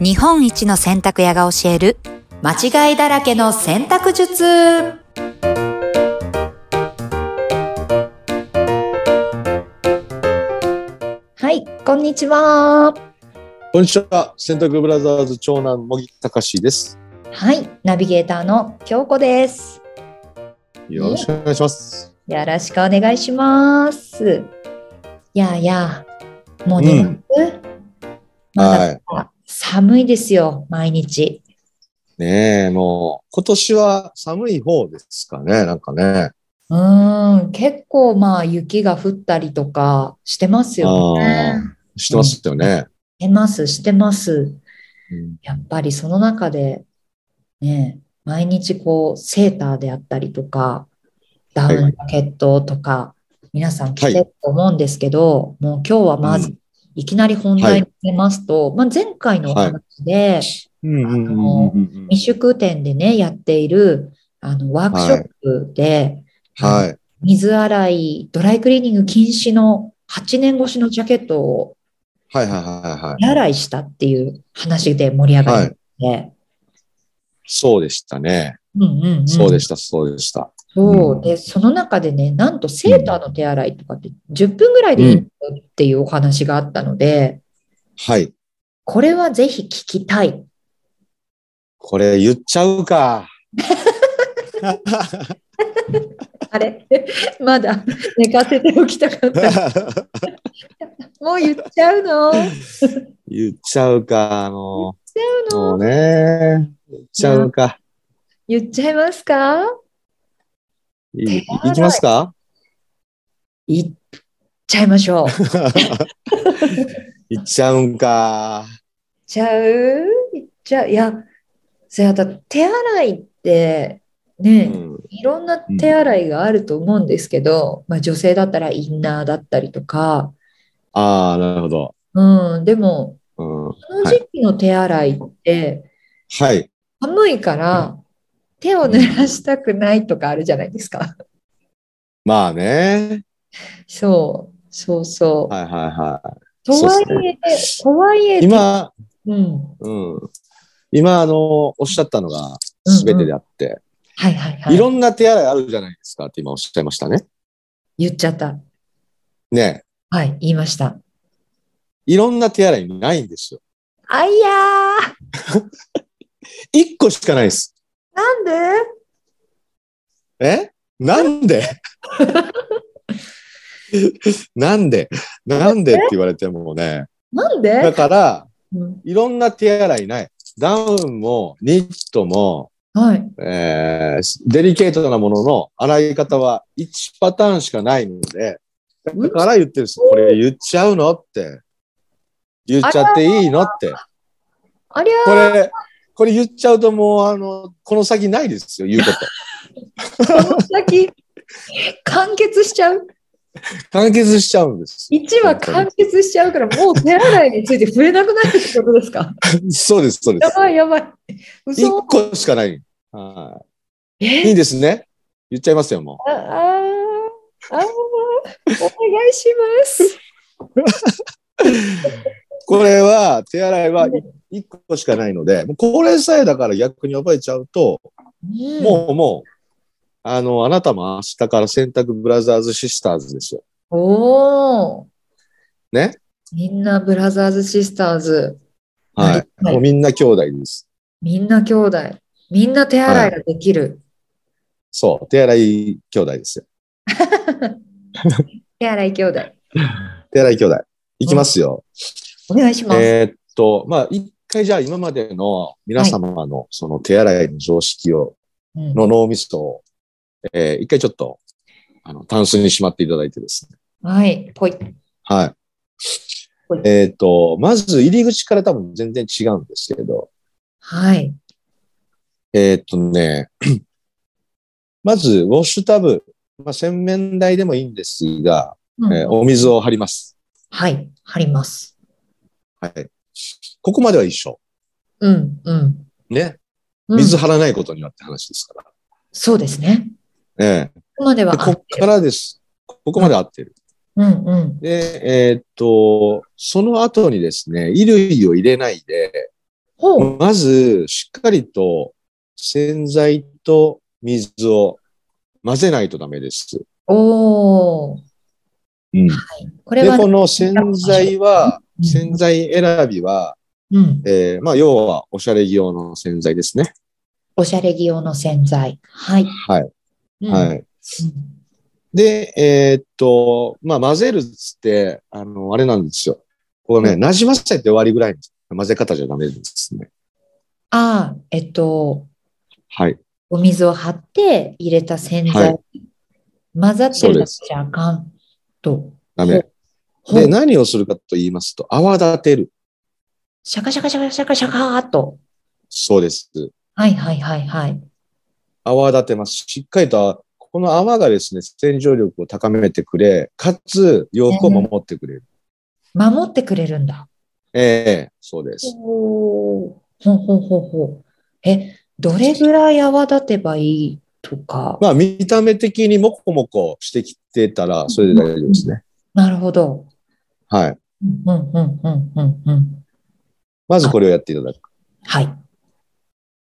日本一の洗濯屋が教える間違いだらけの洗濯術はいこんにちはこんにちは。洗濯ブラザーズ長男茂木隆です。はいナビゲーターの京子ですよろしくお願いします。よろしくお願いしますいやいやもうね、うんまだはい。寒いですよ毎日ねえ、もう、今年は寒い方ですかね、なんかね。うーん、結構まあ雪が降ったりとかしてますよね。あーしてますよね。してます、してます。うんやっぱりその中で、ね、毎日こうセーターであったりとか、ダウンジャケットとか、皆さん着てると思うんですけど、もう今日はまず、いきなり本題に出ますと、まあ、前回のお話で、うんうんうんうんうん未宿店でね、やっているあのワークショップで、はい。水洗い、ドライクリーニング禁止の8年越しのジャケットをはいはいは手洗いしたっていう話で盛り上いはい。はがりい。で、そうでしたね。うんうんうん、そうでした、そうでした。そううんでその中でね、なんとセーターの手洗いとかって10分ぐらいでいいよっていうお話があったので、はい。これはぜひ聞きたい。これ言っちゃう か。あれ まだ寝かせておきたかった。もう言っちゃうの言っ言っちゃうか、もちゃうう。ものうね。言っちゃうか。言っちゃいますかいいきますか言っちゃいましょう。行っちゃうんか。ちゃういっちゃういや、それだ手洗いってね、うんいろんな手洗いがあると思うんですけど、まあ、女性だったらインナーだったりとか、ああ、なるほど。うん、でも、うん、はこの時期の手洗いって、い。寒いから手を濡らしたくないとかあるじゃないですか。 まあね。そう、そうそう。はいはいはとはいえ、とはいえ、い。今、うん、うん。今、あの、おっしゃったのが全てであって、はいはいはいい。ろんな手洗いあるじゃないですかって今おっしゃいましたね。言っちゃった。ねはい、言いました。いろんな手洗いないんですよ。あいやー、一個しかないです。なんでえなんで なんでなんでって言われてもね。なんだで、から、うんいろんな手洗いない。ダウンもニットも、はい。えーデリケートなものの洗い方は1パターンしかないので、だから言ってるんです。これ言っちゃうのって。言っちゃっていいのって。ありゃーこれ、これ言っちゃうともう、あの、この先ないですよ、言うこと。この先、完結しちゃう。完結しちゃうんです。 1話完結しちゃうから、もう手洗いについて触れなくなるってことです かそうです、そうでやす。ばいやばい。 1嘘個しかない。はえいいいですね。言っちゃいますよ、もああーあーお願いします。う。これは、手洗いは1個しかないので、もうこれさえだから逆に覚えちゃうと、もうもう、あの、あなたも明日から洗濯ブラザーズシスターズですよ。うん、おお。ね。みんなブラザーズ・シスターズ。はい。はいもうみんな兄弟です。みんな兄弟。みんな手洗いができる。そう。手洗い兄弟ですよ。 手洗い兄弟。手洗い兄弟。いきますよ。お願いします。えーっと、まあ、一回じゃあ今までの皆様のその手洗いの常識を、うんの脳みそを、えー一回ちょっと、あの、タンスにしまっていただいてですね。はい。ぽい。はいはい。えーっと、まず入り口から多分全然違うんですけど、はい。えーっとね、 まず、ウォッシュタブ、まあ、洗面台でもいいんですが、うんえーお水を張ります。はい。貼ります。はい。ここまでは一緒。うん、うん。ね。うん水張らないことにはって話ですかそうですね。ら。ええここまではでこ合っこてかる。らです。ここまで合ってる。うんうん。で、えーっと、その後にですね、衣類を入れないで、ほう。まず、しっかりと洗剤と水を混ぜないとダメです。おー。うん。これで、はね、この洗剤は、うん洗剤選びは、うん。えーまあ、要はおしゃれ着用の洗剤ですね。おしゃれ着用の洗剤。はい。はい。うんはい。うんで、えーっと、まあ、混ぜるっつって、あの、あれなんですよ。こうね、馴染ませて終わりぐらいの混ぜ方じゃダメですね。ああ、えっと、はい。お水を張って入れた洗剤。はい混ざってるだけそじゃあかんと。ダメ。ほうで、何をするかと言いますと、泡立てる。シャカシャカシャカシャカシャカーっと。そうです。はいはいはいはい。泡立てます。しっかりと、この泡がですね、洗浄力を高めてくれ、かつ洋服を守ってくれる。守ってくれるんだ。ええそうです。おーほうほうほうほう。え、どれぐらい泡立てばいいとか。まあ、見た目的にもこもこしてきてたら、それで大丈夫ですね。なるほど。はい。うんうんうんうんうん。まずこれをやっていただく。はい。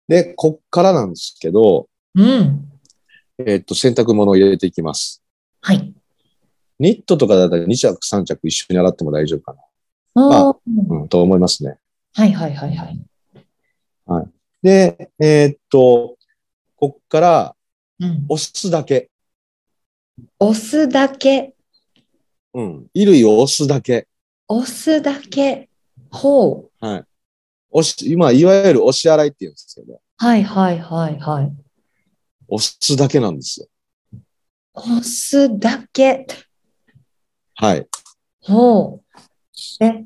で、こっからなんですけど、うん。えっと、洗濯物を入れていきます。はい。ニットとかだったら2着、3着一緒に洗っても大丈夫かおーな。うん、と思いますね。はいはいはいはい。で、えっと、こっから、うん、押すだけ。押すだけ、うん。衣類を押すだけ。押すだけ。ほう。はい。押し、今、いわゆる押し洗いって言うんですけど、はいはいはいはい。押すだけなんですよ。押すだけ。はい。ほう。え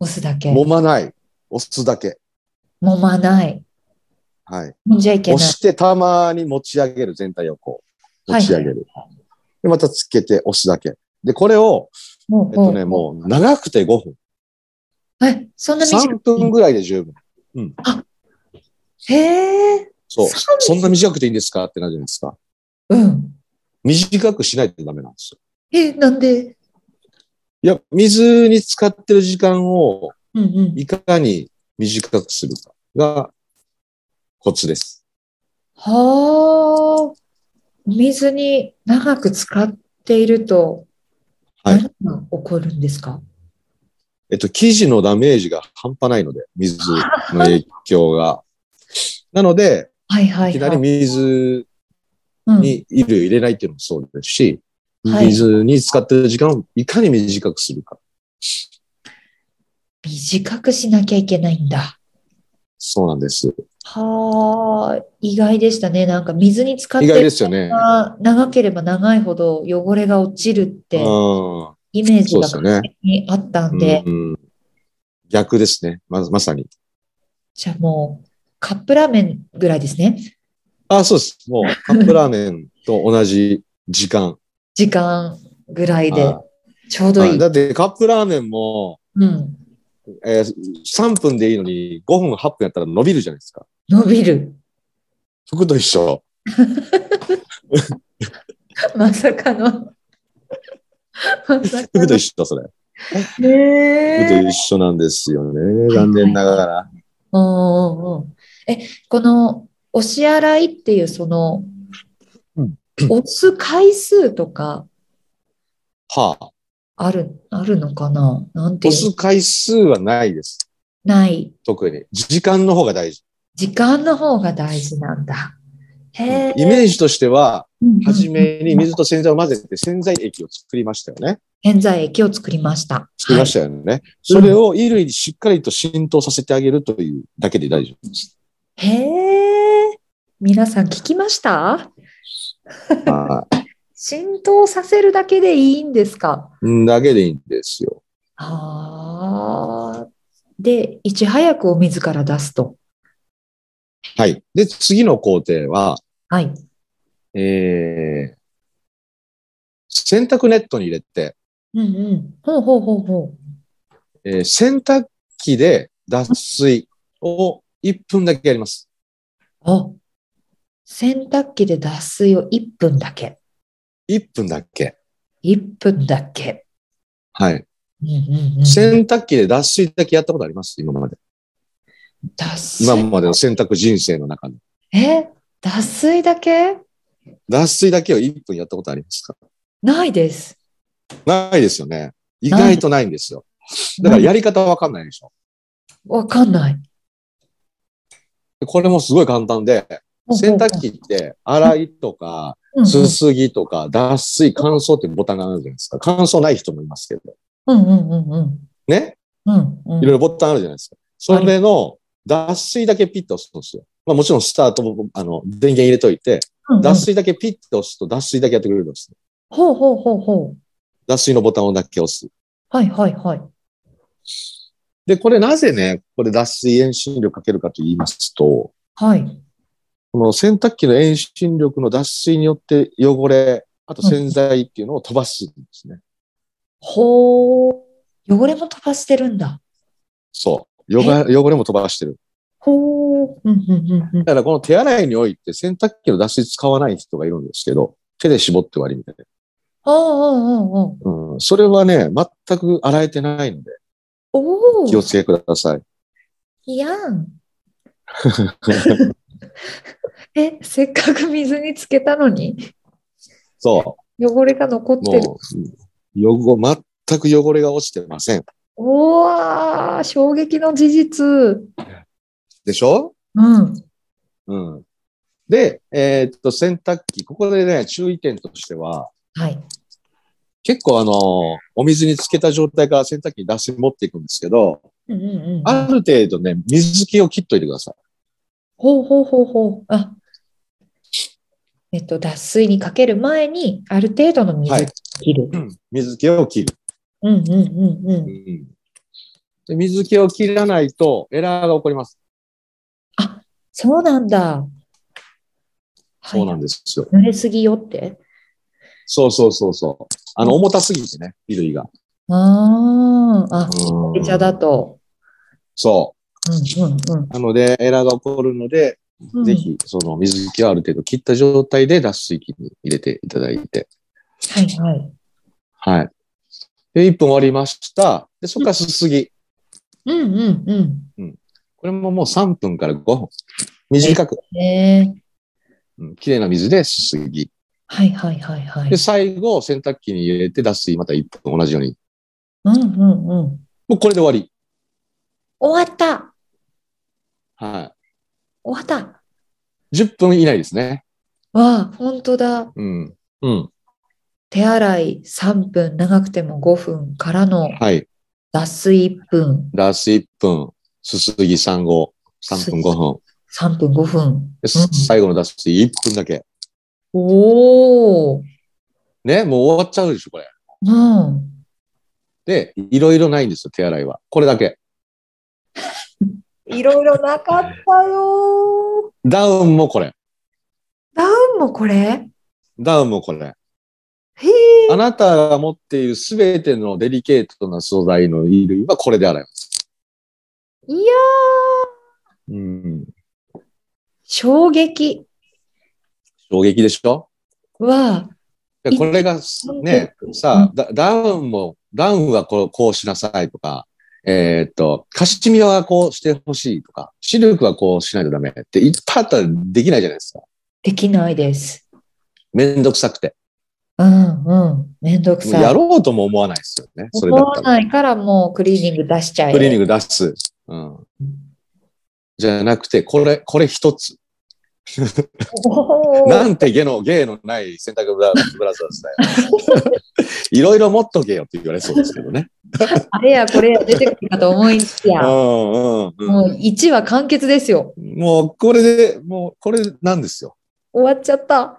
押すだけ。揉まない。押すだけ。揉まない。はい。揉んじゃいけ押ない。してたまに持ち上げる。全体をこう、持ち上げる。で、またつけて押すだけ。で、これを、ほうえっほとね、もう長くて5分。う。え、そんな短い3分ぐらいで十分。へえ。そう。三分そんな短くていいんですかってなるじゃないですか。うん。短くしないとダメなんですよ。え、なんでいや、水に使ってる時間をうんうん。いかに短くするかがコツです。はあ。お水に長く使っていると、はい何が起こるんですか、えっと、生地のダメージが半端ないので、水の影響が。なので、はい、はいいはいきなり水うんに衣類を入れないっていうのもそうですし、はい水に使ってる時間をいかに短くするか。短くしなきゃいけないんだ。そうなんです。はあ、意外でしたね。なんか水に使っ意て外でるすよね。が長ければ長いほど汚れが落ちるっうてん。イメージそうがですよね。にあったんで、うん、逆ですね。ま、まさに。じゃあもうカップラーメンぐらいですね。あ、そうです。もう、カップラーメンと同じ時間。時間ぐらいではちょういどいはいい。だって、カップラーメンも、うん。えー3分でいいのに、5分、8分やったら伸びるじゃないですか。伸びる。 服と一緒。まさかの。 まさか服との。一緒だ、それ。服と ねえ一緒なんですよいね。残念ながら。うんうんうん。え、この、押し洗いっていう、そのうん、押す回数とかはあ。ある、あるのかななんてい押うす回数はないです。ない。特に。時間の方が大事。時間の方が大事なんだ。へえ。イメージとしては、は初めに水と洗剤を混ぜて洗剤液を作りましたよね。洗剤液を作りました。作りましたよね。それを衣類にしっかりと浸透させてあげるというだけで大丈夫です。はいへえ。皆さん聞きました はい浸透させるだけでいいんですかうん。だけでいいんですよ。ああ。で、いち早くお水から出すと。はい。で、次の工程は、はい。えー、洗濯ネットに入れて、うんうん。ほうほうほうほえー洗濯機で脱水を1分だけやります。う。あ、洗濯機で脱水を1分だけ。 1分だけ。 1分だけ。はい。うんうんうん。洗濯機で脱水だけやったことあります今まで。脱水今までの洗濯人生の中の。え脱水だけ脱水だけを1分やったことありますかないです。ないですよね。意外とないんですよ。だからやり方わかんないでしょ。わかんない。これもすごい簡単で、洗濯機って洗いとか、うんすすぎとか、脱水、乾燥ってボタンがあるじゃないですか。乾燥ない人もいますけど。うんうんうんうんね。うんうん。いろいろボタンあるじゃないですか。それの脱水だけピッと押すんですよ。まあもちろんスタートも、あの、電源入れといて、うんうん脱。水だけピッと押すと脱水だけやってくれるんですよ。ほうほうほうほ脱水のボタンをだけ押す。う。はいはいはい。で、これなぜね、これ脱水遠心力かけるかと言いますと、はい。この洗濯機の遠心力の脱水によって汚れ、あと洗剤っていうのを飛ばすんですね。ほう。汚れも飛ばしてるんだ。そう。汚れ、汚れも飛ばしてる。ほう。うんうんうんうん。だからこの手洗いにおいて洗濯機の脱水使わない人がいるんですけど、手で絞って割りみたいな。おうおうおうおう。うん。それはね、全く洗えてないので、おお。気をつけください。 いやん。え、せっかく水につけたのにそ汚れが残っう。てる。もう、汚、全く汚れが落ちてません。おわー、衝撃の事実。うん。でしょうんうん。で、えーっと、洗濯機、ここでね、注意点としては、はい。結構あの、お水につけた状態から洗濯機に脱水持っていくんですけど、うんうんうん。ある程度ね、水気を切っといてください。ほうほうほうほう。あ、えっと、脱水にかける前に、ある程度の水をはい切る。水気を切る。うんうんうんう。うんんで水気を切らないとエラーが起こります。あ、そうなんだ。はそうい。なんですよ。濡れすぎよって。そうそうそうそう。あの、重たすぎてね、衣類が。あーあ、うんべちゃだと。そうんうんう。なので、エラーが起こるので、うん。ぜ。ひ、その水気をある程度切った状態で脱水機に入れていただいて。はいはい。はい。で、1分終わりました。で、そこからすすぎ。うんうんこれももう3分から5分。短く、うん。ねえ。うん、綺麗な水ですすぎ。はいはいはいはで、い。最後、洗濯機に入れて脱水また1分同じように。うんうんうん。もうこれで終わり。終わったは終わったい。10分以内ですね。わあ、本当だ。うん。うん。手洗い3分、長くても5分からのはい。脱水1分、脱水1分、すすぎ3号、3分5分。 3分5分。で最後の脱水1分だけ。おおー。ね、もう終わっちゃうでしょ、これ。うん。で、いろいろないんですよ、手洗いは。これだけ。いろいろなかったよー。ダウンもこれ。ダウンもこれダウンもこれ。へえ。あなたが持っているすべてのデリケートな素材の衣類はこれで洗います。いやー、うん。衝撃衝撃でしょは、でこれがね、さあ、ダダウンも、ダウンはこうこうしなさいとか、えーっと、カシミヤはこうしてほしいとか、シルクはこうしないとダメって、いっぱいあったらできないじゃないですか。できないです。めんどくさくて。うんうん。めんどくさい。やろうとも思わないですよね。それだ思っわたら。ないからもうクリーニング出しちゃえ。クリーニング出す。うん。じゃなくて、これ、これ一つ。おーなんて芸の、芸のない洗濯ブラブラザーズだよ。 いろいろ持っとけよって言われそうですけどね。あれやこれや出てくるかと思いきうや、んうんうん。もう1話完結ですよ。もう、これで、もう、これなんですよ。終わっちゃった。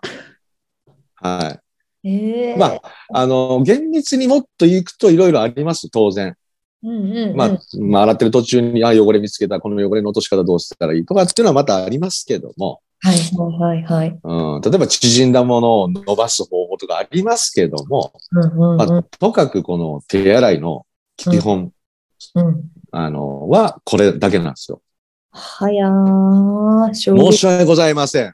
はええい。まあ、あの、厳密にもっと行くといろいろあります、当然。うんうんうん、まあ、まあ、洗ってる途中に、あ、汚れ見つけた、この汚れの落とし方どうしたらいいとかっていうのはまたありますけども、はいはいはいはい。うん、例えば縮んだものを伸ばす方法とかありますけども、うんうんまうあ、とかくこの手洗いの基本、んうん。あの、はこれだけなんですよ。はやー、衝申撃。し訳ございません。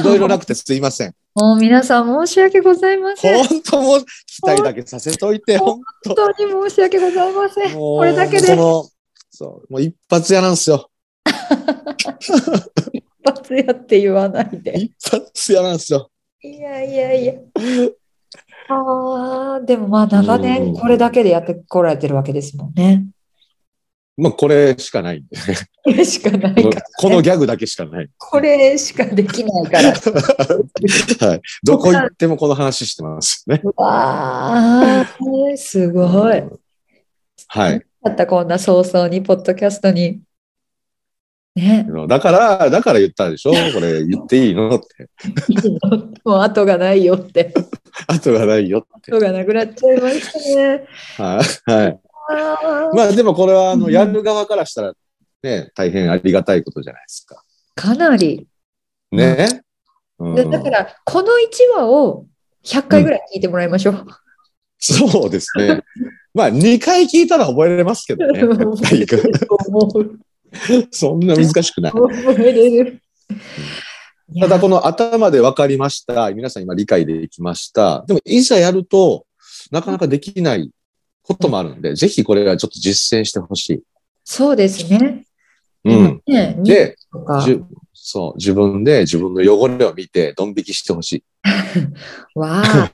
いろいろなくてすいません。もう皆さん申し訳ございません。本当もう期待だけさせといて、ほ本本 当に申し訳ございません。もうこれだけそで。のそう、もう一発屋なんですよ。一発やって言わないで。一発やなんですよ。いやいやいや。ああ、でもまあ長年これだけでやってこられてるわけですもんね。まあ、これしかないんで、これしかないから、ね。このギャグだけしかない。これしかできないから。はい。どこ行ってもこの話してますね。わあ、すごい。はい。だったこんな早々に、ポッドキャストに。ね。だから、だから言ったでしょこれ言っていいのって。もう後がないよって。後がないよって。後がなくなっちゃいましたね。はい。はい。あーまあでもこれは、あうの、んやる側からしたら、ね、大変ありがたいことじゃないですか。かなり。ね。うんでだから、この1話を100回ぐらい聞いてもらいましょう。そうですね。 まあ、2回聞いたら覚えれますけど ね。絶対思う。そんな難しくない。覚えれる。いやただ、この頭で分かりました。皆さん今理解できました。でも、いざやると、なかなかできないこともあるんで、ぜひこれはちょっと実践してほしい。そうですね。うん。ね、で、とかじゅそう、自分で自分の汚れを見て、ドン引きしてほしい。わあ、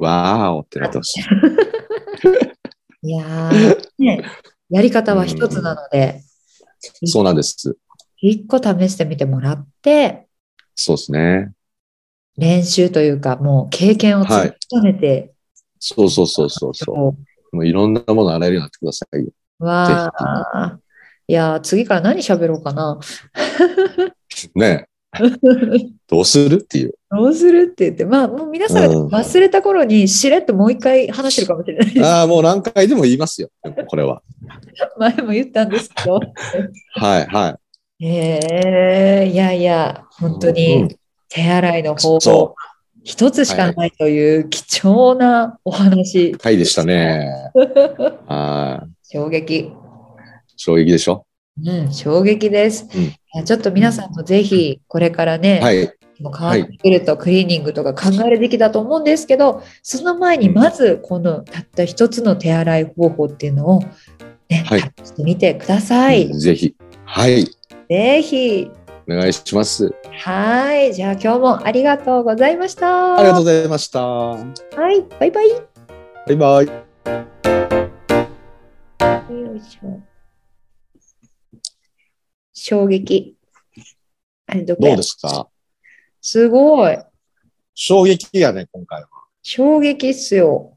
わーおってなってほしい。いやー、ね、やり方は一つなので、そうなんです。一個試してみてもらって、そうですね。練習というか、もう経験を積み重ねて、そうそうそうそうそこう。もういろんなもの洗えるようになってくださいよ。うわあ、いやー、次から何喋ろうかな。 ねえどうするっていう。どうするって言って、まあ、もう皆さんがうん忘れた頃にしれっともう一回話してるかもしれない。 ああ、もう何回でも言いますよ。でもこれは。前も言ったんですけど。はい、はええいやいや、い。本当うんに手洗いの方そ法、一つしかないという貴重なお話、回でしたね。はい。衝撃。衝撃でしょうん、衝撃です。うんいやちょっと皆さんもぜひ、これからね、はい。もう変わってくるとクリーニングとか考えるべきだと思うんですけど、その前にまずこのたった一つの手洗い方法っていうのを、ね、はい試してみてください。ぜひ。はい。ぜひ。お願いします。はい。じゃあ今日もありがとうございました。ありがとうございました。バはい。バイバイ。よイバイ。いしょ。衝撃。あれどこどうやですかすごい。衝撃やね、今回は。衝撃っすよ。